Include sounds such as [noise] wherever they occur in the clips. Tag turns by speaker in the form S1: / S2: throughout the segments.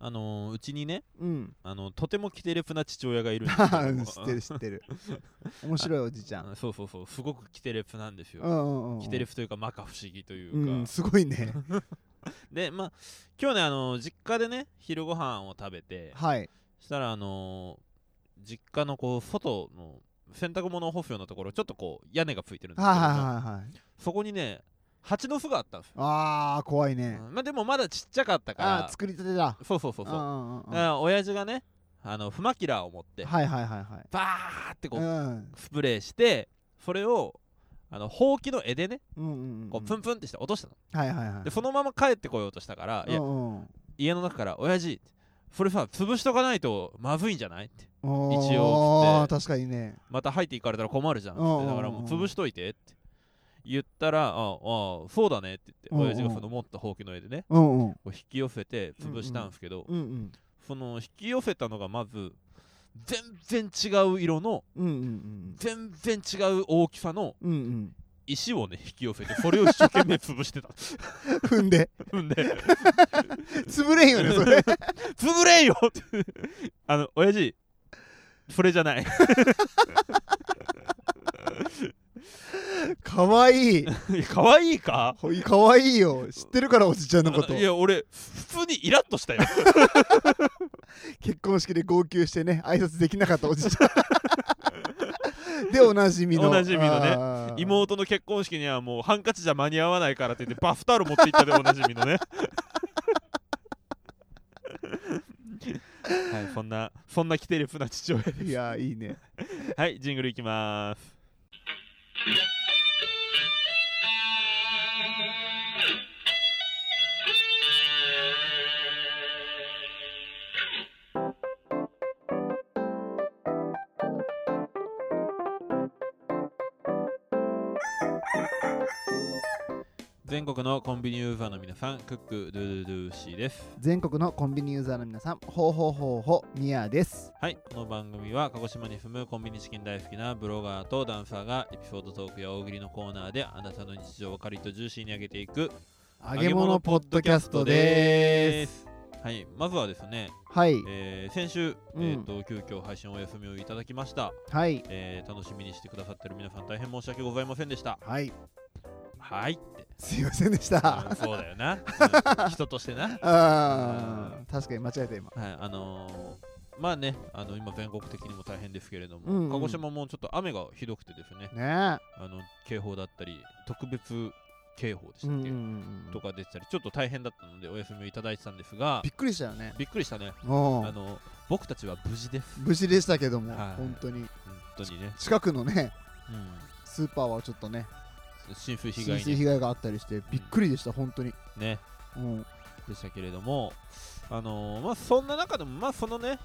S1: あのーうちにね
S2: うん
S1: あのとてもキテレフな父親がいるんですけど
S2: [laughs] 知ってる知ってる面白いおじちゃ
S1: [laughs]
S2: ん
S1: あそうそうそうすごくキテレフなんです
S2: う
S1: よ
S2: んうんうん
S1: キテレフというか摩訶不思議といううか、
S2: んすご
S1: [laughs]
S2: いね
S1: でまあ今日ねあの実家でね昼ご飯を食べて [laughs]
S2: はい
S1: したらあの実家のこう外の洗濯物を干すようなところちょっとこう屋根がついてるんですけ
S2: はい
S1: ど
S2: はい
S1: も
S2: はいはい
S1: そこにね蜂の巣があったんですよ、
S2: あー怖いね
S1: うんまあでもまだちっちゃかったか
S2: あ
S1: ら
S2: ー作りたてだ
S1: そうそうそうそう
S2: う
S1: だか
S2: んうんうんうん
S1: ら親父がねあのフマキラーを持って
S2: はいはいはいはい
S1: バーってこ
S2: う
S1: うんスプレーしてそれをあのほうきの柄でね
S2: うんうんうん
S1: こうプンプンってして落としたの、
S2: はいはいはい
S1: でそのまま帰ってこようとしたから、いや
S2: うんうん
S1: 家の中から「親父それさ潰しとかないとまずいんじゃない?」って
S2: 一
S1: 応
S2: 確かにね
S1: 「また入っていかれたら困るじゃん」って
S2: うんうんうん
S1: だからもう潰しといて」って言ったら「ああそうだね」って
S2: う
S1: 言
S2: ん
S1: っ
S2: うん
S1: て親父がその持ったほうきの絵でね
S2: うんうん
S1: こう引き寄せて潰したんですけど、
S2: うんうん
S1: その引き寄せたのがまず全然違う色の
S2: うんうん
S1: 全然違う大きさの
S2: うんうん [laughs]
S1: 石をね引き寄せてそれを一生懸命潰してた
S2: 踏んで
S1: んで
S2: 潰れんよねそれ [laughs]
S1: 潰れんよってあの親父それじゃない [laughs]
S2: かわいい
S1: 可愛いか
S2: ほいかわいいよ知ってるからおじちゃんのこと
S1: いや俺普通にイラッと
S2: [laughs]
S1: したよ
S2: 結婚式で号泣してね挨拶できなかったおじちゃんでおなじみの
S1: おなじみのね
S2: ね
S1: 妹の結婚式にはもうハンカチじゃ間に合わないからって言ってバフタオル持って行ったでおなじみのね
S2: [laughs]
S1: はいそんなそんなキテレフな父親で
S2: いやいいね
S1: はいジングルいきまーす全国のコンビニユーザーの皆さんクックドゥドゥドゥシーです
S2: 全国のコンビニユーザーの皆さんほうほうほうほうみやです
S1: はい、この番組は鹿児島に住むコンビニチキン大好きなブロガーとダンサーがエピソードトークや大喜利のコーナーであなたの日常をカリッとジューシーに上げてい [laughs] く
S2: 揚げ物ポッドキャストでーす
S1: す。はい、まずはですね、
S2: はい
S1: えー先週、
S2: うん
S1: えーと急遽配信お休みをいただきました、
S2: はい
S1: えー楽しみにしてくださってる皆さん大変申し訳ございませんでした。
S2: はい
S1: はいって、
S2: すいませんでし
S1: う
S2: た
S1: んそうだよ [laughs] な、うん人としてな。はい、
S2: あー確かに間違えた今
S1: あのーまあね、あの今全国的にも大変ですけれども、
S2: うんうん
S1: 鹿児島もちょっと雨がひどくてですね、
S2: ね
S1: あの警報だったり特別警報でし
S2: えう
S1: たっ
S2: ん
S1: け、
S2: うんうん
S1: とか出てたりちょっと大変だったのでお休みをいただいてたんですが
S2: びっくりしたよね
S1: びっくりしたね、
S2: うん
S1: あの僕たちは無事です
S2: 無事でしたけども
S1: はい
S2: 本当に
S1: 本当にね、
S2: 近くのね
S1: う
S2: スーパーはちょっとね
S1: ん、浸水被
S2: 浸
S1: 害
S2: 水
S1: に、
S2: 被害があったりしてびっくりでした本当に
S1: ね、
S2: うん
S1: でしたけれどもあのーまあそんな中でもまあそのね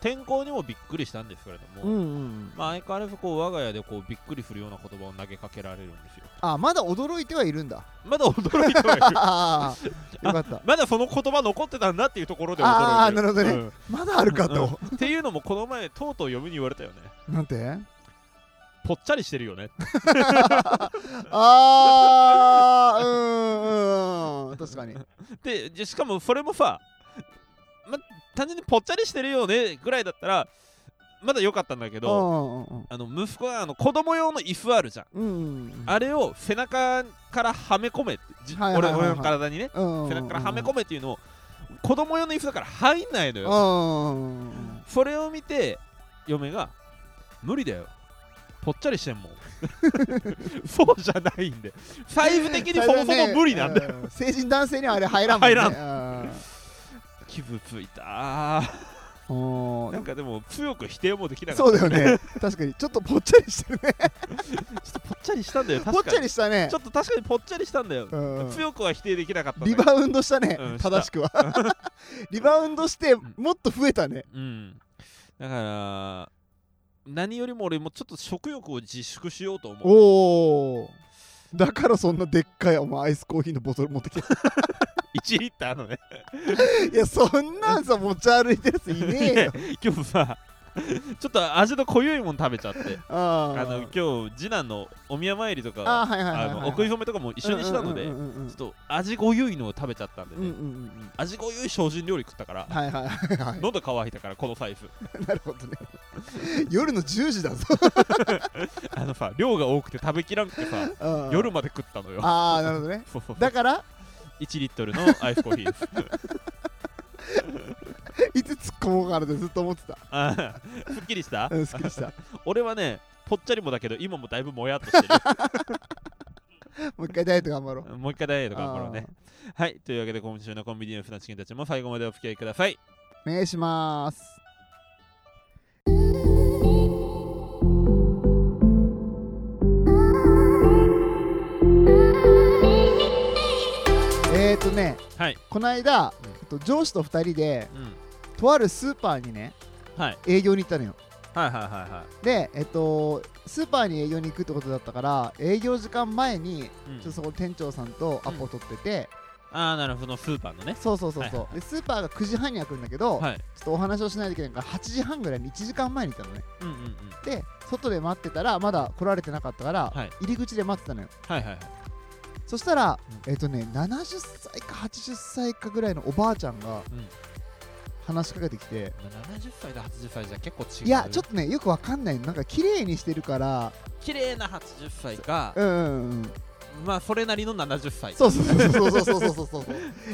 S1: 天候にもびっくりしたんですけれども、
S2: うんうん
S1: まあ相変わらずこう我が家でこうびっくりするような言葉を投げかけられるんですよ
S2: あまだ驚いてはいるんだ
S1: [laughs] まだ驚いて
S2: [laughs]
S1: はいる
S2: あーよかった
S1: まだその言葉残ってたんだっていうところで驚いてる
S2: あーなるほどね
S1: うん
S2: まだあるかと
S1: っていうのもこの前とうとう嫁に言われたよね
S2: なんて
S1: ぽっちゃりしてるよね
S2: あーうん
S1: [laughs]
S2: うん確かに
S1: でじゃしかもそれもさ、ま、単純にぽっちゃりしてるよねぐらいだったらまだ良かったんだけ
S2: う
S1: ど
S2: んうん
S1: あの息子があの子供用の椅子あるじゃん、
S2: うんうんうん
S1: あれを背中からはめ込めってじ
S2: はいはいはい
S1: 俺
S2: はい
S1: 俺の体にね
S2: うんうんうん
S1: 背中からはめ込めっていうのを子供用の椅子だから入んないの
S2: う
S1: よ
S2: んうんうんうん
S1: それを見て嫁が「無理だよぽっちゃりして
S2: [laughs]
S1: んもん」そうじゃないんでサイズ的
S2: [laughs]
S1: にそもそも無理なんだよ
S2: だよ成人男性にはあれ入らんもん
S1: 入
S2: ね
S1: ら
S2: うん
S1: 傷ついた
S2: お
S1: な
S2: ー
S1: んかでも強く否定もできなかっ
S2: そうだよね確かにちょっとぽっちゃりしてるね
S1: たちょっとぽっちゃりしたんだよ
S2: ぽっ
S1: 確か
S2: ちゃ
S1: に
S2: りしたね
S1: ちょっと確かにぽっちゃりしたんだよ、
S2: うん
S1: 強くは否定できなかったんだ
S2: リ
S1: けど
S2: バウンドしたね、
S1: うんした
S2: 正しくは
S1: [laughs]
S2: リバウンドして
S1: ん
S2: もっと増えたね
S1: うんだから何よりも俺もちょっと食欲を自粛しようと思う
S2: おおだからそんなでっかいお前アイスコーヒーのボトル持ってきた
S1: 1リッターのね
S2: いやそんなんさ持ち歩いてるやついねえよ
S1: 今日さちょっと味の濃ゆいもん食べちゃって [laughs]
S2: あ
S1: あ
S2: ー
S1: の今日次男のお宮参りとか
S2: あーはいはいはい
S1: あ
S2: はい
S1: のお食い初めとかも一緒にしたので、
S2: うんうんうんうん
S1: ちょっと味濃ゆいのを食べちゃったんで
S2: うんうん
S1: ね、
S2: うん
S1: 味濃ゆい精進料理食ったから、
S2: うんはいはいはいはい
S1: 喉乾いたからこの財布
S2: なるほどね夜の10時だぞ
S1: [laughs] あのさ量が多くて食べきらんくてさ
S2: うん
S1: 夜まで食ったのよ
S2: ああなるほどね
S1: そうそう
S2: だから
S1: 1リットルのアイスコーヒー
S2: いつ突っ込もうかなってずっと思ってた
S1: あーすっきりした
S2: うんすっき
S1: [laughs]
S2: りした
S1: 俺はねぽっちゃりもだけど今もだいぶもやっとしてる [laughs]
S2: もう一回ダイエット頑張ろう
S1: もう一回ダイエット頑張ろうねはいというわけで今週のコンビニエンスなチキンたちも最後までお付き合いください
S2: あーお願いしますえーとね
S1: はい
S2: この間、
S1: うん
S2: えっと上司と2人で
S1: うん
S2: とあるスーパーにね
S1: はい
S2: 営業に行ったのよ
S1: はいはいはいは
S2: でえっとスーパーに営業に行くってことだったから営業時間前に
S1: い、うん
S2: ちょっとそこの店長さんとアポを取ってて、
S1: ああなるほどスーパーのね
S2: そうそうそうそう、
S1: はい
S2: でスーパーが9時半に開くんだけど、
S1: はい
S2: ちょっとお話をしないといけないから8時半ぐらいに1時間前に行ったのね
S1: うんうんうん
S2: で外で待ってたらまだ来られてなかったから、
S1: はい
S2: 入り口で待ってたのよ
S1: はいはいはい
S2: そしたら、
S1: う
S2: えっとね70歳か80歳かぐらいのおばあちゃんが
S1: うん
S2: 話しかけてきて、
S1: 70歳と80歳じゃ結構違う
S2: いやちょっとねよくわかんないなんか綺麗にしてるから
S1: 綺麗な80歳か
S2: うんうんうん
S1: まあそれなりの70歳
S2: そうそうそうそうそうそうそ
S1: [laughs]
S2: うそうそう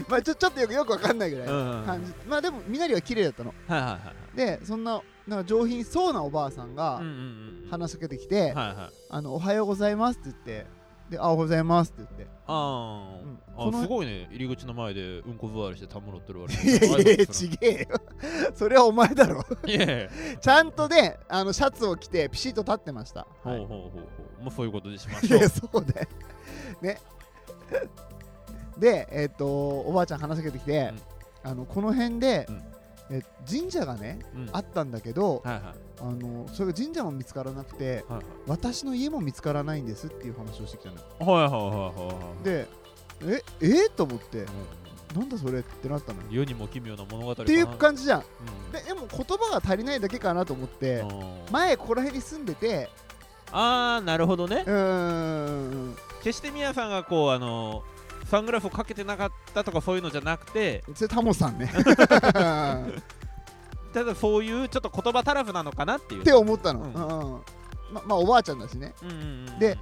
S2: まあちょちょっとよくよくわかんないぐらい
S1: うんうんうん、はい
S2: 感じ、まあでもみなりは綺麗だったの
S1: はいはい
S2: でそんななんか上品そうなおばあさん
S1: う
S2: が
S1: んうんうん
S2: 話しかけてきて「
S1: はいはい
S2: あのおはようございます」って言って「であおはようございます」って言って
S1: あー、
S2: うんこ
S1: あ
S2: の
S1: すごいね入り口の前でうんこ座りしてたむろってるわけ
S2: いやいやいやち
S1: い
S2: げえよ [laughs] それはお前だろ
S1: やいやいや
S2: ちゃんとねあのシャツを着てピシッと立ってました、
S1: ほう
S2: い
S1: ほうほうほうまあそういうことにし
S2: [laughs]
S1: ま
S2: い
S1: しょう
S2: やそうだよねでえっ、とおばあちゃん話しかけてきて、あのこの辺で、
S1: うん
S2: え神社がね
S1: うん
S2: あったんだけど、
S1: はいはい
S2: あのそれが神社も見つからなくて
S1: はい
S2: 私の家も見つからないんですっていう話をしてきたのよ
S1: はいはいはいはいはい
S2: でええーと思って
S1: う
S2: なんだそれってなったのよ
S1: ん世にも奇妙な物語かな
S2: っていう感じじゃん
S1: うん
S2: ででも言葉が足りないだけかなと思って
S1: うん
S2: 前ここら辺に住んでて
S1: ああなるほどね
S2: うーん
S1: 決してみやさんがこうあのサングラフをかけてなかったとかそういうのじゃなくて
S2: それタモさ
S1: [laughs]
S2: んね
S1: ただそういうちょっと言葉足らずなのかなっていう
S2: って思ったの、
S1: う
S2: うんんままあおばあちゃんだしね
S1: うんうんうん
S2: で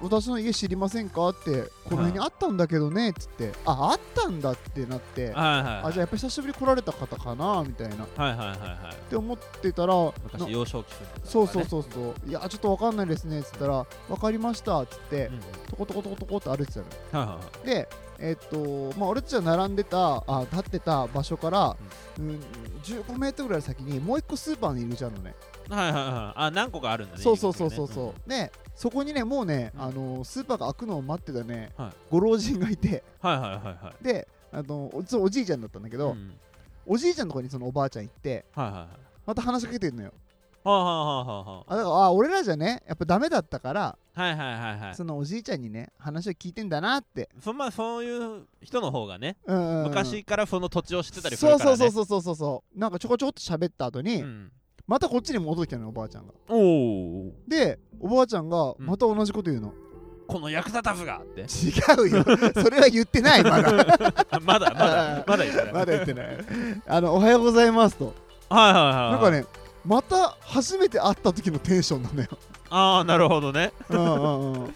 S2: 私の家知りませんかってこの辺にあったんだけどねっつってああったんだってなって
S1: はいはい
S2: あじゃあやっぱ久しぶりに来られた方かなみたいなっ
S1: はいはいはいはい
S2: て思ってたらな
S1: 昔幼少期とかね
S2: そうそうそうそういやちょっとわかんないですねっつったら分かりましたっつって
S1: うんうん
S2: トコトコトコトコって歩いてたのよ
S1: はいはいはい
S2: でえっとまあ俺たちが並んでたあ立ってた場所から、うん、15メートルぐらい先にもう一個スーパーの入り口あるのね
S1: はいはいはいあ何個かあるんだね
S2: そうそうそう
S1: 入
S2: そ
S1: り
S2: う
S1: 口がね
S2: そう、でそこにねもうね、
S1: うん
S2: あのスーパーが開くのを待ってたね、
S1: はい
S2: ご老人がいて
S1: うんはいはいはいはい
S2: であのおそうおじいちゃんだったんだけど、
S1: うん
S2: おじいちゃんのとこにそのおばあちゃん行って
S1: はいはいはい
S2: また話しかけてるのよ
S1: はあはあはあはあは
S2: あだからあ俺らじゃねやっぱダメだったから、
S1: あはいはいはいはい
S2: そのおじいちゃんにね話を聞いてんだなって、
S1: そまあそういう人の方がね
S2: うんうんうん
S1: 昔からその土地を知ってたりす
S2: そ
S1: る
S2: う
S1: から
S2: そう
S1: ね
S2: そうそうそうそうそうなんかちょこちょこっと喋った後に、
S1: うん
S2: またこっちに戻ってきたのよおばあちゃんが
S1: おお
S2: でおばあちゃんが
S1: うん
S2: また同じこと言うの、
S1: このヤクザタフがっ
S2: [laughs]
S1: て
S2: 違うよそれは言ってないま
S1: [laughs]
S2: だ
S1: あまだまだまだ言ってない
S2: まだ言ってないあのおはようございますと
S1: はいはいはいはい
S2: なんかねまた初めて会った時のテンションな
S1: [laughs]
S2: のよ
S1: ああなるほどね
S2: うんうん、うん、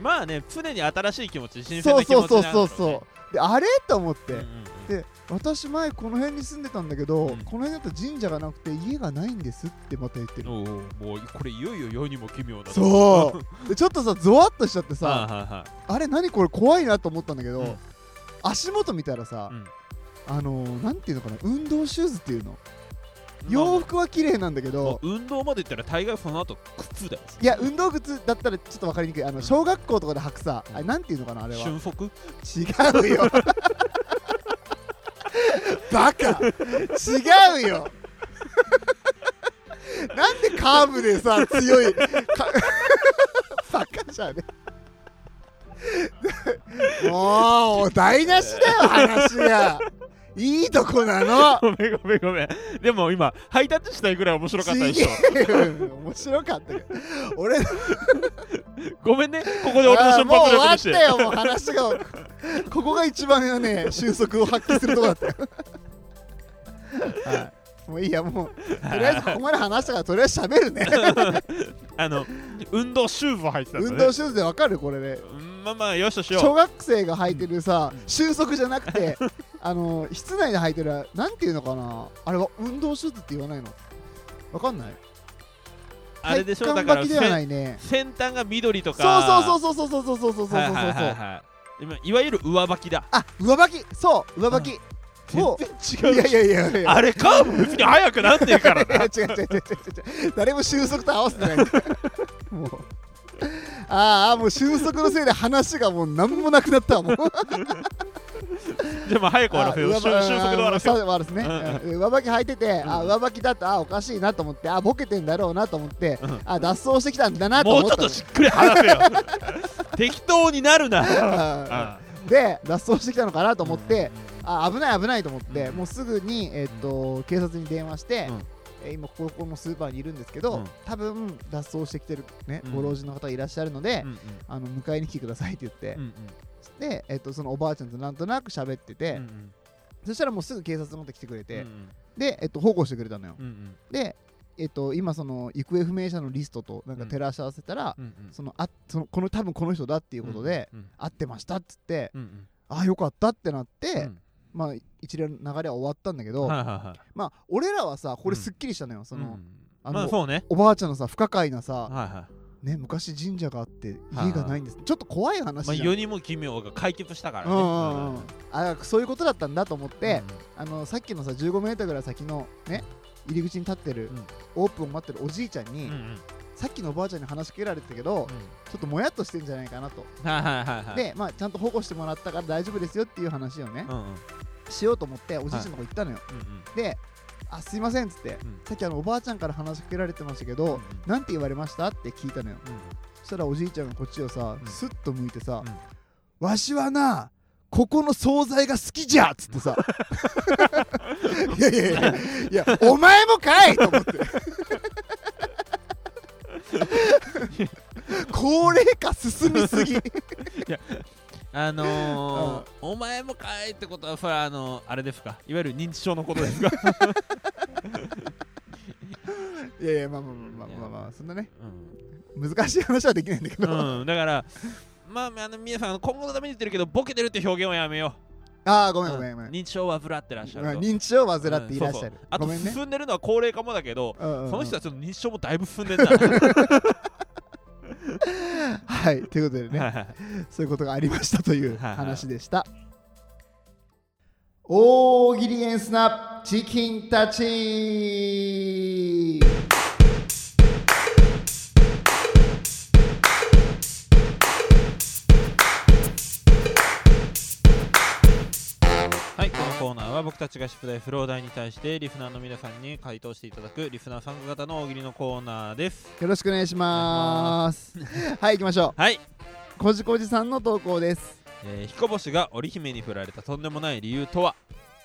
S1: まあね常に新しい気持ち新鮮
S2: そう
S1: な気
S2: そ
S1: 持ち
S2: うそ
S1: に
S2: う
S1: なる
S2: そうそうであれと思って、
S1: うんうんうん
S2: で私前この辺に住んでたんだけど、
S1: うん
S2: この辺だと神社がなくて家がないんですってまた言ってる
S1: おうおうもうこれいよいよ世にも奇妙だ
S2: そうでちょっとさゾワッとしちゃっ
S1: う
S2: て
S1: はい
S2: さ
S1: はいはい
S2: あれ何これ怖いなと思ったんだけど、
S1: うん
S2: 足元見たらさ、
S1: うん
S2: あのー、なんていうのかな運動シューズっていうの
S1: まあ
S2: 洋服は綺麗なんだけ
S1: も
S2: ど
S1: う運動までいったら大概その後靴だよ
S2: いや運動靴だったらちょっと分かりにくいあ
S1: う
S2: の
S1: ん
S2: 小学校とかで履くさ、
S1: うん
S2: あれなんていうのかなあれは
S1: 瞬足
S2: 違うよバカ違うよなんでカーブでさ強いか [laughs] バカじゃねもう台無しだよ話がいいとこな
S1: [laughs]
S2: の
S1: ごめんごめんごめんでも今ハイタッチしたいぐらい面白かったでしょ
S2: すげえ面白かったよ俺の
S1: ごめんねここで俺の
S2: あ
S1: 瞬
S2: もう
S1: 発
S2: 終
S1: 力
S2: わっ
S1: に
S2: た
S1: して
S2: よもう話がここが一番ね収束を発揮するとこだったよ、はい、もういいやもうとりあえずここまで話したからとりあえず [laughs] 喋るね
S1: あの運動シューズ入ってたんだね
S2: 運動シューズでわかるこれね
S1: うんまあまあよしとし
S2: 小
S1: よ
S2: 学生が履いてるさ収束じゃなくてあの室内で履いてるなんていうのかなあれは運動シューズって言わないのわかんない
S1: あれでしょだ
S2: 体幹
S1: から
S2: 履き
S1: せ
S2: ではないね
S1: 先端が緑と
S2: そう
S1: か
S2: そう
S1: う
S2: そうそうそうそうそうそうそうそう
S1: はいはいはいはい今いわゆる上履きだ
S2: あ上履きそう上履きもう
S1: 全
S2: いや
S1: 然違う
S2: いやいやいや
S1: あれカーブ別に速くなってるから
S2: い [laughs] や違
S1: な
S2: う違う違う違う違う誰も収束と合わせてない
S1: [laughs]
S2: もうああもう収束のせいで話がもう何もなくなっ
S1: [laughs]
S2: たわもう
S1: じゃあまあ早く終わらせよう
S2: あ
S1: 収
S2: ー
S1: 束で終わらせよ
S2: 上履きあーそう終わらせねうん上履き履いてて
S1: うん
S2: あ上履きだとあおかしいなと思ってあボケてんだろうなと思って
S1: うん
S2: あ脱走してきたんだな
S1: う
S2: と
S1: もうち
S2: 思っ
S1: ょったとしっくり話せよ適当になるな
S2: の
S1: あ
S2: うんで脱走してきたのかなと思って
S1: うん
S2: あ危ない危ないと思って
S1: うん
S2: もうすぐにえっと警察に電話して
S1: うん
S2: え今こここのスーパーにいるんですけ
S1: う
S2: ど
S1: ん
S2: 多分脱走してきてるね
S1: うん
S2: ご老人の方がいらっしゃるので
S1: うん
S2: あの迎えに来てくださいって言って
S1: うんうん
S2: でえっとそのおばあちゃんとなんとなく喋って
S1: うんう
S2: て
S1: ん
S2: そしたらもうすぐ警察持って来てくれ
S1: う
S2: て
S1: ん
S2: でえっと保護してくれたのよ
S1: うんうん
S2: で、えっと、今その行方不明者のリストとなんか照らし合わせたら、
S1: うんうん
S2: そのあそのこの多分この人だっていうことで、
S1: うん
S2: 会ってましたっつって、
S1: うんうん
S2: ああよかったってなって、
S1: うん
S2: まあ一連の流れは終わったんだけど、
S1: はいはいはい
S2: まあ俺らはさこれ
S1: うん
S2: すっきりしたのよ、その、
S1: うん
S2: あの
S1: まあそうね
S2: おばあちゃんのさ不可解なさ、
S1: はいはい
S2: ね、昔神社があって
S1: はい
S2: 家がないんです、ちょっと怖い話
S1: まあ
S2: じゃん、
S1: 世にも奇妙が解決したからね
S2: うんうんうんあそういうことだったんだと思って、あのさっきのさ 15m ぐらい先のね入り口に立ってる、
S1: うん
S2: オープンを待ってるおじいちゃん
S1: う
S2: に、
S1: んうんうんうん
S2: さっきのおばあちゃんに話しかけられてたけど、ちょっともやっとしてんじゃないかなと、
S1: はいはいはいはい
S2: で、まあ、ちゃんと保護してもらったから大丈夫ですよっていう話をね
S1: う、んうんうん
S2: しようと思っておじいちゃんのとこ行ったのよ、
S1: うん
S2: で「あすいません」っつって、
S1: うん
S2: さっきあのおばあちゃんから話しかけられてましたけど、
S1: う
S2: なんて言われましたって聞いたのよ
S1: んうん
S2: そしたらおじいちゃんがこっちをさ、
S1: うん
S2: スッと向いてさ
S1: うん
S2: 「わしはなここの惣菜が好きじゃ!」っつって [laughs] さ「いやいやいやいやお前もかい!」と [laughs] 思って高齢化進み [laughs] すぎ
S1: あのーお前もかいってことはそれはあのーあれですかいわゆる認知症のことです
S2: [laughs]
S1: か
S2: いやいやまあまあまあまあまあ、まあ、そんなね
S1: う
S2: 難しい話はできないんだけど、あ
S1: んうんだからまああの皆さん今後のために言ってるけどボケてるって表現はやめよ
S2: あー
S1: う
S2: ご
S1: う
S2: めん
S1: ん
S2: ごめんごめん、
S1: 認知症はぶらってらっしゃると
S2: 認知を患っていらっしゃる、
S1: あと
S2: ごめんね、
S1: 進んでるのは高齢化もだけど
S2: うんうんうん
S1: その人たちの認知症もだいぶ進んでんだは
S2: はいということで
S1: い
S2: ね、
S1: [laughs] はい
S2: そういうことがありましたという
S1: はいはい
S2: 話でした。大喜利エンスナチキンたち
S1: はい、このコーナーは僕たちが宿題フロー題に対してリスナーの皆さんに回答していただくリスナー参加型の大喜利のコーナーです
S2: よろしくお願いします。はい、行きましょ
S1: はい、
S2: う。こじこじさんの投稿です。
S1: えー、彦星が織姫に振られたとんでもない理由とは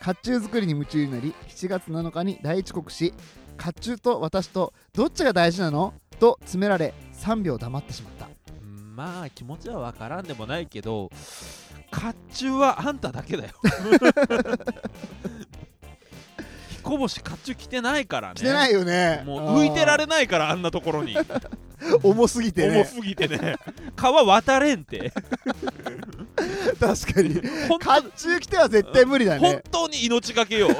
S2: 甲冑作りに夢中になり、7月7日に第一国し、甲冑と私とどっちが大事なのと詰められ、3秒黙ってしまった。
S1: うんまあ気持ちはわからんでもないけど甲冑はあんただけだよ彦星甲冑着てないからね
S2: してないよね。
S1: もう浮いてら
S2: れ
S1: れないからあんなとこ
S2: [laughs]
S1: ろに
S2: 重すぎて
S1: 重
S2: ね。
S1: すぎてね川渡れんって
S2: 確かに。
S1: 本
S2: 甲冑着ては絶対無理だね
S1: 本。当に命がけよ
S2: ね、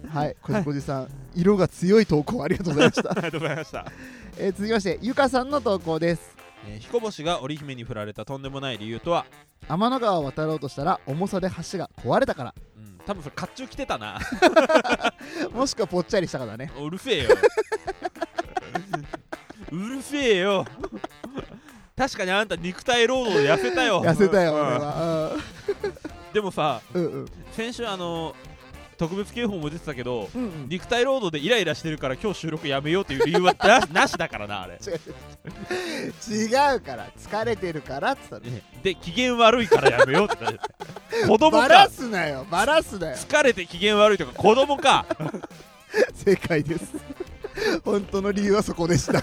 S2: [laughs] はい、こじこじさん、色が強い投稿ありがとうございまし
S1: あ
S2: た。
S1: りがとうございました
S2: [laughs] えー続きまして、ゆかさんの投稿です。
S1: えー彦星が織姫に振られたとんでもない理由とは、
S2: 天の川を渡ろうとしたら、重さで橋が壊れたから、 [laughs]
S1: うん、多分それ甲冑着てたな
S2: もしくはぽっちゃりしたからね。
S1: うるせえよ [laughs] うるせえよ確かにあんた肉体労働で痩せたよ
S2: 痩せたよ、
S1: うん
S2: 俺は。
S1: でもさ
S2: うんうんうん
S1: 先週あの特別警報も出てたけど
S2: うんうん。
S1: 肉体労働でイライラしてるから今日収録やめようっていう理由はななし [laughs] だからなあれ
S2: 違うから、疲れてるからって言ったの。
S1: で機嫌悪いからやめようってなる子供
S2: バラ
S1: か
S2: すなよバラすなよ
S1: 疲れて機嫌悪いとか子供か
S2: [laughs] 正解です [laughs] 本当の理由はそこで [laughs] した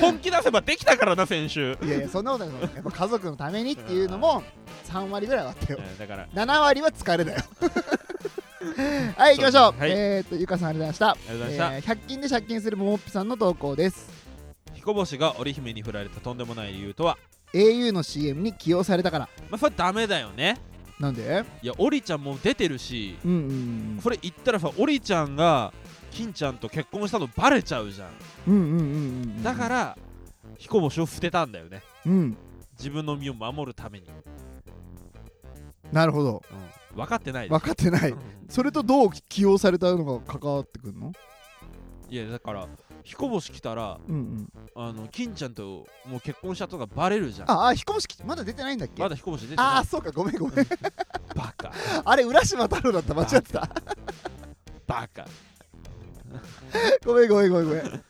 S1: 本気出せばできたからな先週、
S2: いやいやそんなことないやっぱ家族のためにっていうのも3割ぐらいはあったよ
S1: うんだからあ
S2: 7割は疲れだよ [laughs] はい行きましょう、
S1: はい
S2: えー、っとゆかさんありがとうございま
S1: りがとうございま
S2: し
S1: したた、
S2: えー100均で借金するももっぴさんの投稿です
S1: 彦星が織姫に振られたとんでもない理由とは
S2: au の CM に起用されたから
S1: まあそれはダメだよね
S2: なんで
S1: いや織ちゃんもう出てるし
S2: うんうん
S1: これ言ったらさ織ちゃんが金ちゃんと結婚したのバレちゃうじゃん
S2: うんうんうんうん
S1: だからら彦星を捨てたんだよね
S2: うん
S1: 自分の身を守るために、
S2: なるほど
S1: うん分かってないで
S2: 分かってない
S1: うん
S2: それとどう起用されたのが関わってくるの
S1: いやだから彦星来たら
S2: うんうん
S1: あの金ちゃんともう結婚したとかバレるじゃん
S2: ああ彦星まだ出てないんだっけ
S1: まだ彦星出て
S2: あ
S1: な
S2: あ
S1: い
S2: そうかごめんごめん [laughs]
S1: バカ
S2: あれ浦島太郎だった間違ってた
S1: バカ
S2: ごめんごめんごめんごめ
S1: [laughs]
S2: ん
S1: 本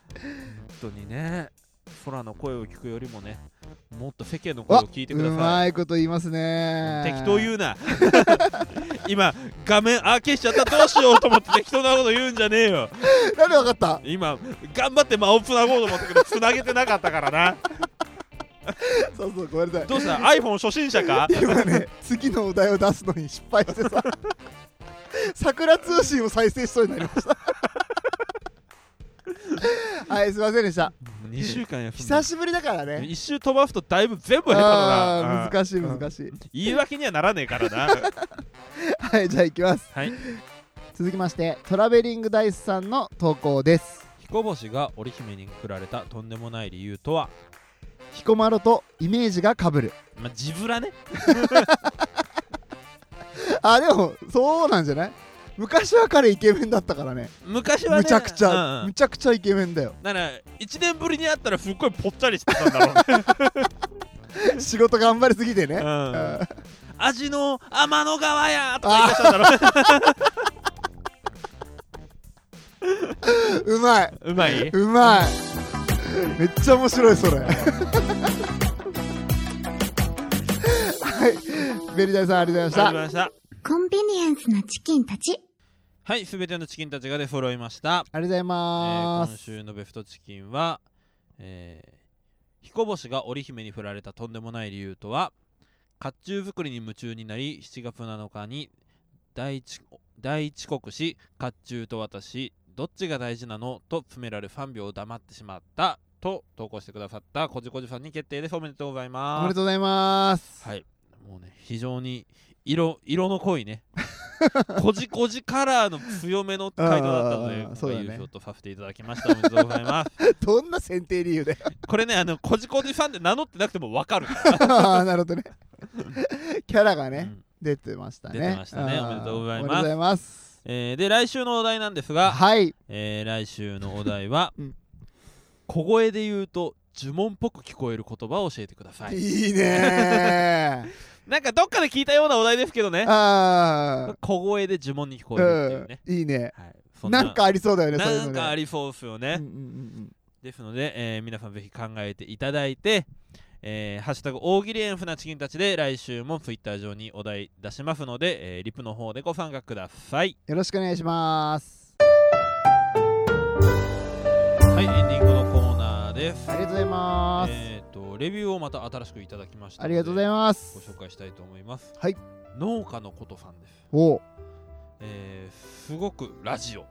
S1: 当にね空の声を聞くよりもねもっと世間の声を
S2: わ
S1: 聞いてくだ
S2: う
S1: さい
S2: まいこと言いますね
S1: 適当言うな [laughs] 今画面開けしちゃったどうしようと思って適当なこと言うんじゃねえよ
S2: なんでわかった [laughs]
S1: 今頑張って間をつなごうと思ったけどつなげてなかったからな
S2: そうそうごめんなさい
S1: どうした
S2: [laughs]
S1: iPhone 初心者か
S2: 今ね次のお題を出すのに失敗して [laughs] さ桜通信を再生しそうになりましたはいすいませんでした [laughs]
S1: 2週間や
S2: 久しぶりだからね
S1: 一周飛ばすとだいぶ全部下手だな
S2: あー
S1: うん
S2: 難しい難しい
S1: 言い訳にはならねえからな
S2: はいじゃあいきます
S1: はい
S2: 続きましてトラベリングダイスさんの投稿です
S1: 彦星が織姫に振られたとんでもない理由とは
S2: 彦摩呂とイメージがかぶる
S1: まあ自ブラね
S2: あでもそうなんじゃない昔は彼イケメンだったからね
S1: 昔はね
S2: むちゃくち
S1: うん
S2: ゃ、
S1: うん
S2: むちゃくちゃイケメンだよ
S1: だから1年ぶりに会ったらすっごいぽっちゃりしてたんだろうね、
S2: [laughs] 仕事頑張りすぎて
S1: う
S2: ね、
S1: ん
S2: あー
S1: 味の天の川やとか言い出したんだろうね
S2: うまいう
S1: まいう
S2: まいめっちゃ面白いそれはいベリダイさんありがとうござ
S1: あ
S2: い
S1: り
S2: まし
S1: ました
S3: コンビニエンスなチキンたち。
S1: はいすべてのチキンたちが出揃いました、
S2: たありがとうござい
S1: えー
S2: ま
S1: 今
S2: す、
S1: 週のベストチキンは、えー彦星が織姫に振られたとんでもない理由とは甲冑作りに夢中になり7月7日に第一第一国し甲冑と私どっちが大事なのと詰められ3秒黙ってしまったと投稿してくださったこじこじさんに決定ですおめでとうござい
S2: おめ
S1: ま
S2: ですとうございます、
S1: はいもうね非常に色色の濃い
S2: [laughs]
S1: ねこじこじカラーの強めの回答だったので
S2: あー
S1: 今
S2: そう
S1: 回
S2: だね
S1: 優勝とさせていただきましたおめでとうございます
S2: どんな選定理由で [laughs]
S1: これねあのこじこじさんって名乗ってなくても分かるから
S2: あーなるほどねキャラがね、
S1: うん
S2: 出てましたね
S1: 出てましたね
S2: あー
S1: おめでとうございます
S2: おめでとうございます
S1: えーで来週のお題なんですが、
S2: はい
S1: えー来週のお題は、
S2: うん
S1: 小声で言うと呪文っぽく聞こえる言葉を教えてください
S2: いいねー
S1: なんかどっかで聞いたようなお題ですけどね [laughs]
S2: あ
S1: 小声で呪文に聞こえるっていう
S2: ー
S1: ね、
S2: うんいいね
S1: はい、そ
S2: なんかありそうだよねそういう
S1: な
S2: のね
S1: んかありそうですよね、
S2: うんうんうん
S1: ですので、えー皆さんぜひ考えていただいて、えーハッシュタグ大喜利エンフなチキンたちで来週もツイッター上にお題出しますので、えーリプの方でご参加ください
S2: よろしくお願いします
S1: はいエンディングのコーナーです
S2: ありがとうございます、
S1: えっ、とレビューをまた新しくいただきました
S2: ありがとうござい
S1: ま
S2: ます
S1: ご紹介したいと思います
S2: はい
S1: 農家のことさんです
S2: おう
S1: えーすごくラジオ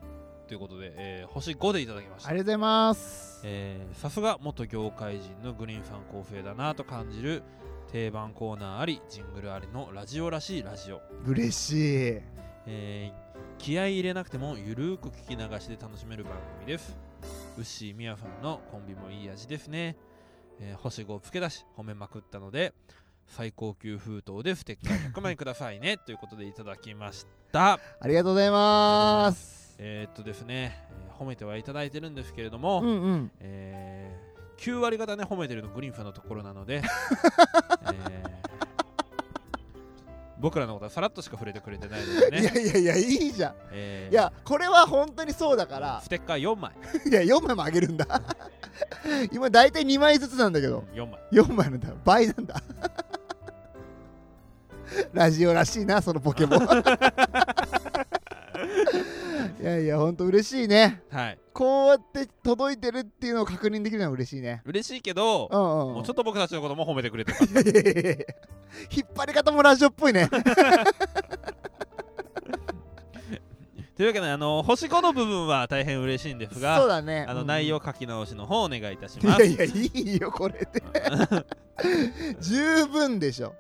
S1: ということで、えー星5でいただきまし
S2: あ
S1: た
S2: りがとうございます
S1: えーさすが元業界人のグリーンさん構成だなと感じる定番コーナーありジングルありのラジオらしいラジオ、
S2: 嬉しい
S1: えー気合い入れなくてもゆるーく聞き流しで楽しめる番組ですウッシーみやさんのコンビもいい味ですね、えー星5をつけ出し褒めまくったので最高級封筒でステッカー100枚くださいねということでいただきました
S2: ありがとうございます
S1: えーっとですね、えー褒めてはいただいてるんですけれども、
S2: うんうん
S1: えー、9割方ね褒めてるのグリーンさんのところな
S2: [laughs]
S1: ので、えー僕らのことはさらっとしか触れてくれてないので
S2: い
S1: ね
S2: や、いやいやいいじゃん
S1: えー
S2: いやこれは本当にそうだから [laughs]
S1: ステッカー4枚
S2: いや4枚もあげるんだ [laughs] 今大体2枚ずつなんだけど [laughs]
S1: 4枚
S2: 4枚なんだ倍なんだラジオらしいなそのポ
S1: [laughs]
S2: ケモンいやいやほんと嬉しいね
S1: はい
S2: こうやって届いてるっていうのを確認できるのは嬉しいね
S1: 嬉しいけど
S2: う、んうん
S1: もうちょ
S2: ょ
S1: っと僕たちのことも褒めてくれてた
S2: [laughs] っと引っ張り方もラジオっぽいね
S1: というわけであの星5の部分は大変嬉しいんです
S2: そう
S1: が
S2: だね
S1: あの
S2: うん
S1: 内容書き直しの方お願いいたし
S2: い
S1: ま
S2: や
S1: す
S2: いやいいよこれで十分でしょ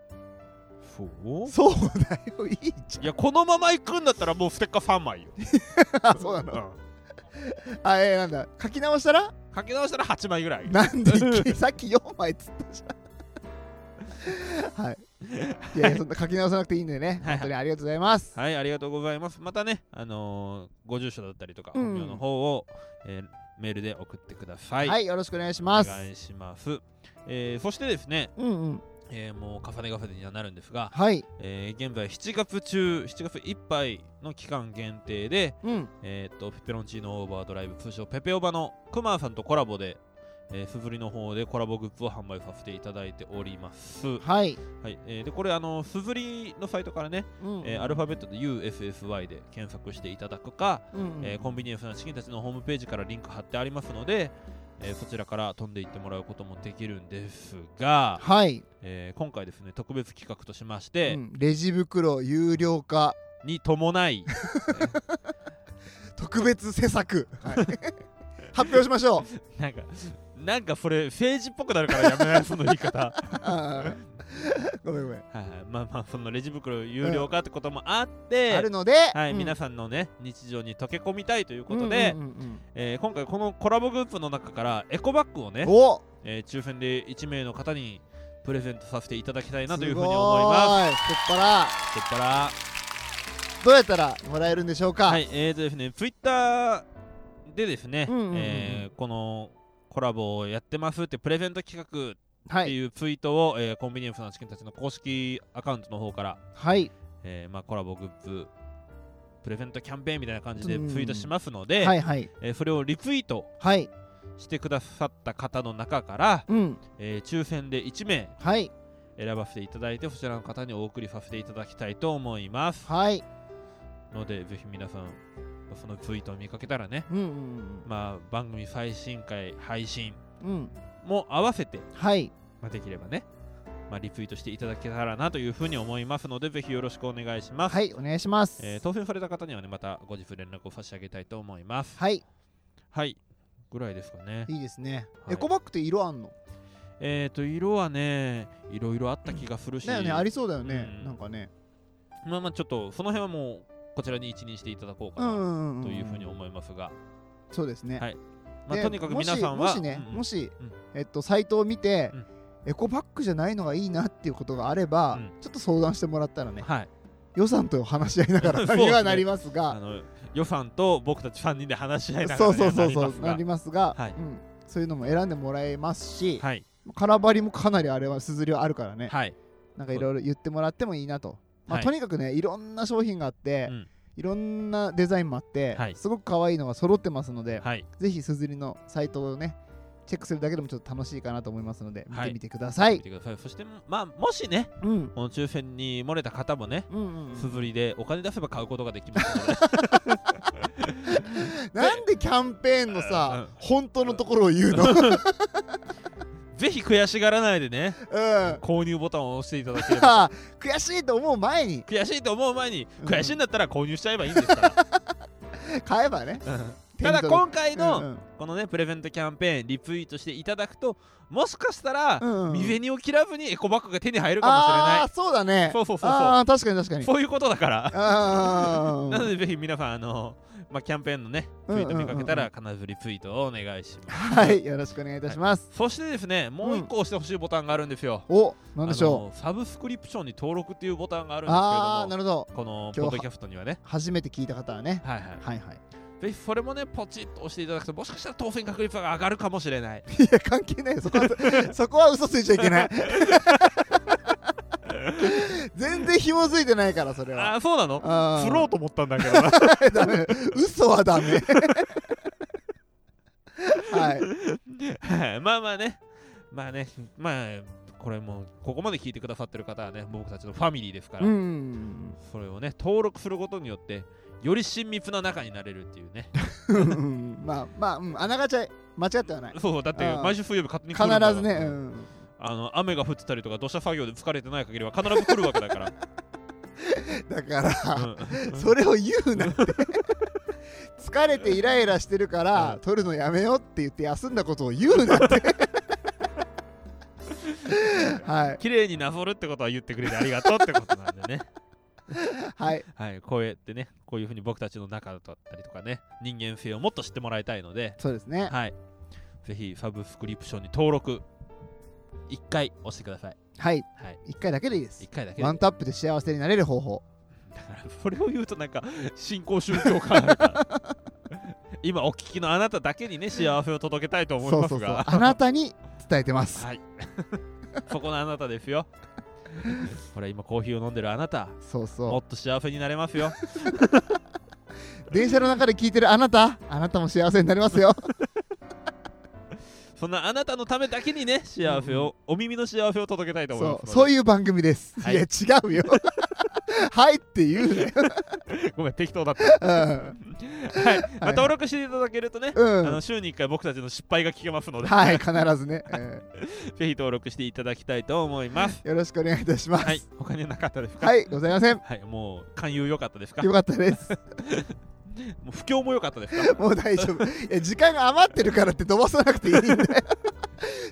S1: そう
S2: そうだよいいじ
S1: いやこのまま行くんだったらもうステッカー3枚よ
S2: ゃんあそうなのあえー、なんだ書き直したら
S1: 書き直したら8枚ぐらい
S2: なんで一気にさっき4枚っつったじゃんはいいやいやそんな書き直さなくていいんでね
S1: はいはい
S2: 本当にありがとうございます
S1: はいありがとうございますまたねあのーご住所だったりとか
S2: うん
S1: 本名の方を、えーメールで送ってくださ、
S2: はいい、よろしくお願いします
S1: お願いします、えーそしてですね、
S2: うんうん
S1: えーもう重ね重ねにはなるんですが、
S2: はい
S1: えー現在7月中7月いっぱいの期間限定で、
S2: うん
S1: えーっとペペロンチーノオーバードライブ通称ペペオバのクマーさんとコラボで、えー、スズリの方でコラボグッズを販売させていただいております、は
S2: はい、
S1: いえーでこれあのスズリのサイトからね、
S2: うん
S1: えーアルファベットで USSY で検索していただくか、
S2: うん
S1: えーコンビニエンスなチキンたちのホームページからリンク貼ってありますので、えーそちらから飛んでいってもらうこともできるんですが、
S2: はい、
S1: えー今回ですね特別企画としまして、
S2: うんレジ袋有料化
S1: に伴い [laughs]
S2: 特別施策、はい [laughs] 発表しましょう
S1: なんかなんかそれ政治っぽくなるからやめないその言い
S2: [laughs]
S1: 方は
S2: あーごめんごめん
S1: いはいまあまあそのレジ袋有料化ってこともあって、
S2: あるので、
S1: はい、
S2: うん
S1: 皆さんのね日常に溶け込みたいということで、
S2: うんうんうん
S1: えー今回このコラボグッズの中からエコバッグをね
S2: うん、お
S1: えー抽選で1名の方にプレゼントさせていただきたいなというふうに
S2: す
S1: 思い
S2: ご
S1: ます
S2: ーいそっから
S1: そっから
S2: どうやったらもらえるんでしょうか、
S1: はい、えーとですね、ツイッターでですね、
S2: うんうんうんうん
S1: えーこのコラボをやってますってプレゼント企画っ
S2: は
S1: て
S2: い、
S1: いうツイートを、えーコンビニエンスのチキンたちの公式アカウントの方から、
S2: はい、
S1: えーまあ、コラボグッズプレゼントキャンペーンみたいな感じで
S2: うんうん
S1: ツイートしますので、
S2: はい、はい、
S1: えーそれをリツイート
S2: はい、
S1: してくださった方の中から、
S2: うん、
S1: えー抽選で1名
S2: はい、
S1: 選ばせていただいてそちらの方にお送りさせていただきたいと思います
S2: はい、
S1: のでぜひ皆さんそのツイートを見かけたらね
S2: うん、うん
S1: まあ、番組最新回配信
S2: うん、うん、
S1: も合わせて、
S2: はい、
S1: まあ、できればね、まあ、リツイートしていただけたらなというふうに思いますのでぜひよろしくお願いします、
S2: はい、お願いします。
S1: えー当選された方にはねまた後日連絡を差し上げたいと思います
S2: はい、
S1: はいぐらいですかね
S2: いいですね。
S1: はい
S2: エコバッグって色あんの。
S1: えっ、と色はねいろいろあった気がするし、
S2: だよね、ありそうだよね、
S1: うん
S2: なんかね。
S1: まあまあちょっとその辺はもうこちらに一任していただこうか
S2: うん、
S1: な
S2: うん、うん、
S1: というふうに思いますが、
S2: そうですね。
S1: はいまあ、
S2: で
S1: とにかく皆さん
S2: も
S1: は
S2: しもしね、
S1: うんうん
S2: もし
S1: うん、
S2: えっと、サイトを見て
S1: うん。
S2: エコバッグじゃないのがいいなっていうことがあれば、
S1: うん
S2: ちょっと相談してもらったらね
S1: はい
S2: 予算と話し合いなが
S1: そう [laughs]
S2: ら [laughs]
S1: ですね
S2: にはなります
S1: あ
S2: が
S1: の予算と僕たち3人で話し合いなが
S2: そ
S1: ら
S2: う
S1: ね、
S2: そうそ
S1: な
S2: うそ
S1: ります
S2: う
S1: が
S2: なりますが、
S1: はい
S2: うん、そういうのも選んでもらえますし、
S1: はい、
S2: カラバリもかなりあれはすずりはあるからね、
S1: はい、
S2: なんかいろいろ言ってもらってもいいなと、まあ
S1: はい
S2: とにかくねいろんな商品があって、
S1: うん
S2: いろんなデザインもあって、
S1: はい
S2: すごく可愛いのが揃ってますので、
S1: はい、
S2: ぜひすずりのサイトをねチェックするだけでもちょっと楽しいかなと思いますので見
S1: は
S2: て
S1: い
S2: みてください、
S1: 見てください。そして、まあ、もしね、
S2: うん、うん
S1: この抽選に漏れた方もね、
S2: うんうん
S1: 素振りでお金出せば買うことができますので、
S2: [laughs] なんでキャンペーンのさ、
S1: うん
S2: 本当のところを言うの、
S1: ぜひ悔しがらないでね、
S2: うん
S1: 購入ボタンを押していただけれ
S2: [laughs]
S1: ば。
S2: あ [laughs] 悔しいと思う前に
S1: 悔しいと思う前に、
S2: うん
S1: 悔しいんだったら購入しちゃえばいいんです
S2: [laughs]
S1: から。
S2: 買えばね
S1: うんただ、
S2: 手に取る
S1: 今回
S2: う
S1: の
S2: ん
S1: このね、プレゼントキャンペーン、リツイートしていただくと、もしかしたら
S2: う、んうんうん
S1: 未銭を切らずにエコバッグが手に入るかもしれ
S2: あ
S1: な
S2: あーそうだね
S1: い。そうそうそうそ
S2: ああ確かに確か
S1: う。
S2: に
S1: そういうことだから。
S2: あ
S1: なのでぜひ皆さんあの、まあ、キャンペーンのねツイート見かけたら必ずリツイートをお願いします
S2: あはいよろしくお願いいたします、
S1: そしてですねもう一個押してほしいボタンがあるんですよ、
S2: おなんでしょう
S1: あのサブスクリプションに登録っていうボタンがあるんですけれども
S2: ああーなるほど
S1: この
S2: 今日
S1: ポ
S2: は
S1: ッドキャストにはね
S2: 初めて聞いた方はね
S1: はいはい
S2: はいはい
S1: ぜひそれもねポチッと押していただくともしかしたら当選確率が上がるかもしれない
S2: いや [laughs] 関係ないよそこ
S1: [laughs]
S2: はそこは嘘ついちゃいけない全然紐づいてないからそれ
S1: あ
S2: は
S1: あそうなの
S2: あ
S1: 釣ろうと思ったんだけど [laughs] な
S2: う [laughs] ダメ嘘はダメはい
S1: はいまあまあねまあねまあこれもうここまで聞いてくださってる方はねもう僕たちのファミリーですから、
S2: うん
S1: それをね登録することによってより親密な仲になれるっていうね
S2: うんまあまあ、うん、あながち間違ってはない
S1: そうだって
S2: あー
S1: 毎週水曜日勝手に来
S2: 必
S1: るんだから
S2: ずね、うん、
S1: あの雨が降ってたりとか土砂作業で疲れてない限りは必ず来るわけだ
S2: [laughs]
S1: から、
S2: だから、
S1: うん
S2: それを言うなって [laughs] 疲れてイライラしてるから、
S1: うん
S2: 撮るのやめようって言って休んだことを言うなって
S1: [laughs]
S2: はい
S1: 綺麗になぞるってことは言ってくれてありがとうってことなんでね
S2: [laughs] はい
S1: はいこうやってねこういうふうに僕たちの仲だったりとかね人間性をもっと知ってもらいたいので
S2: そうですね
S1: はいぜひサブスクリプションに登録1回押してください
S2: はい
S1: はい
S2: 一回だけでいいです
S1: 1回だけで
S2: ワンタップで幸せになれる方法
S1: だから [laughs] それを言うとなんか新興宗教感あるから [laughs] 今お聞きのあなただけにね幸せを届けたいと思い
S2: そう
S1: ま
S2: そ
S1: す
S2: うそう
S1: が
S2: あなたに伝えてます
S1: はい [laughs] そこのあなたですよほら今コーヒーを飲んでるあなた
S2: そう
S1: も
S2: そ
S1: っと幸せになれますよ
S2: う電車の中で聞いてるあなたあなたも幸せになりま
S1: [laughs]
S2: すよ
S1: そんなあなたのためだけにね幸せをお耳の幸せを届けたいと思い
S2: そ
S1: ま
S2: う
S1: す
S2: そう
S1: い
S2: いう番組です、
S1: はい
S2: い、や違うよ [laughs] はいって言うね、
S1: うごめん適当だった
S2: うん
S1: はい、まあ、登録していただけるとね、
S2: う
S1: あ
S2: ん
S1: の週に1回僕たちの失敗が聞けますので、
S2: はい必ずね、うん
S1: ぜひ登録していただきたいと思います。
S2: よろしくお願いいたします。
S1: はい、他になかったですか、
S2: はい、ございません。
S1: はい、もう勧誘良かったですか
S2: よ
S1: も
S2: かったです。
S1: う不況も良かったですか
S2: もう大丈
S1: [laughs]
S2: 夫。いや、時間が余ってるからって飛ばさなくていいんだよ。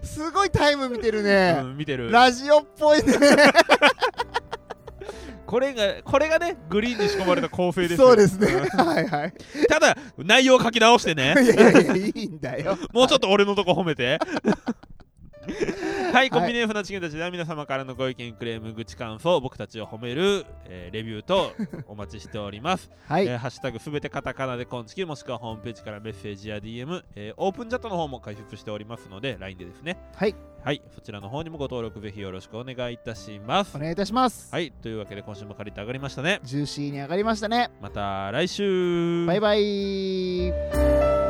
S2: すごいタイム見てるね。
S1: うん、見てる
S2: ラジオっぽいね。
S1: これがこれがねグリーンに仕込まれた構成ですよ
S2: そうです
S1: [laughs]
S2: ね。はいはい。
S1: ただ内容を書き直してね
S2: いやいやいや、いいんだよ。
S1: もうちょっと俺のとこ褒め
S2: [laughs]
S1: て。はい、コンビニエンスなチキンたちでは皆様からのご意見、クレーム、愚痴、感想、僕たちを褒める、えーレビューとお待ちしております。
S2: はい
S1: えーハッシュタグすべてカタカナでコンチキ、もしくはホームページからメッセージや DM、えーオープンチャットの方も開設しておりますので、LINE でですね。
S2: はい。
S1: はい、そちらの方にもご登録ぜひよろしくお願いいたします
S2: お。願いいたします。
S1: はい、というわけで今週も借りて上がりましたね。
S2: ジューシーに上がりましたね。
S1: また来週
S2: バイバイ。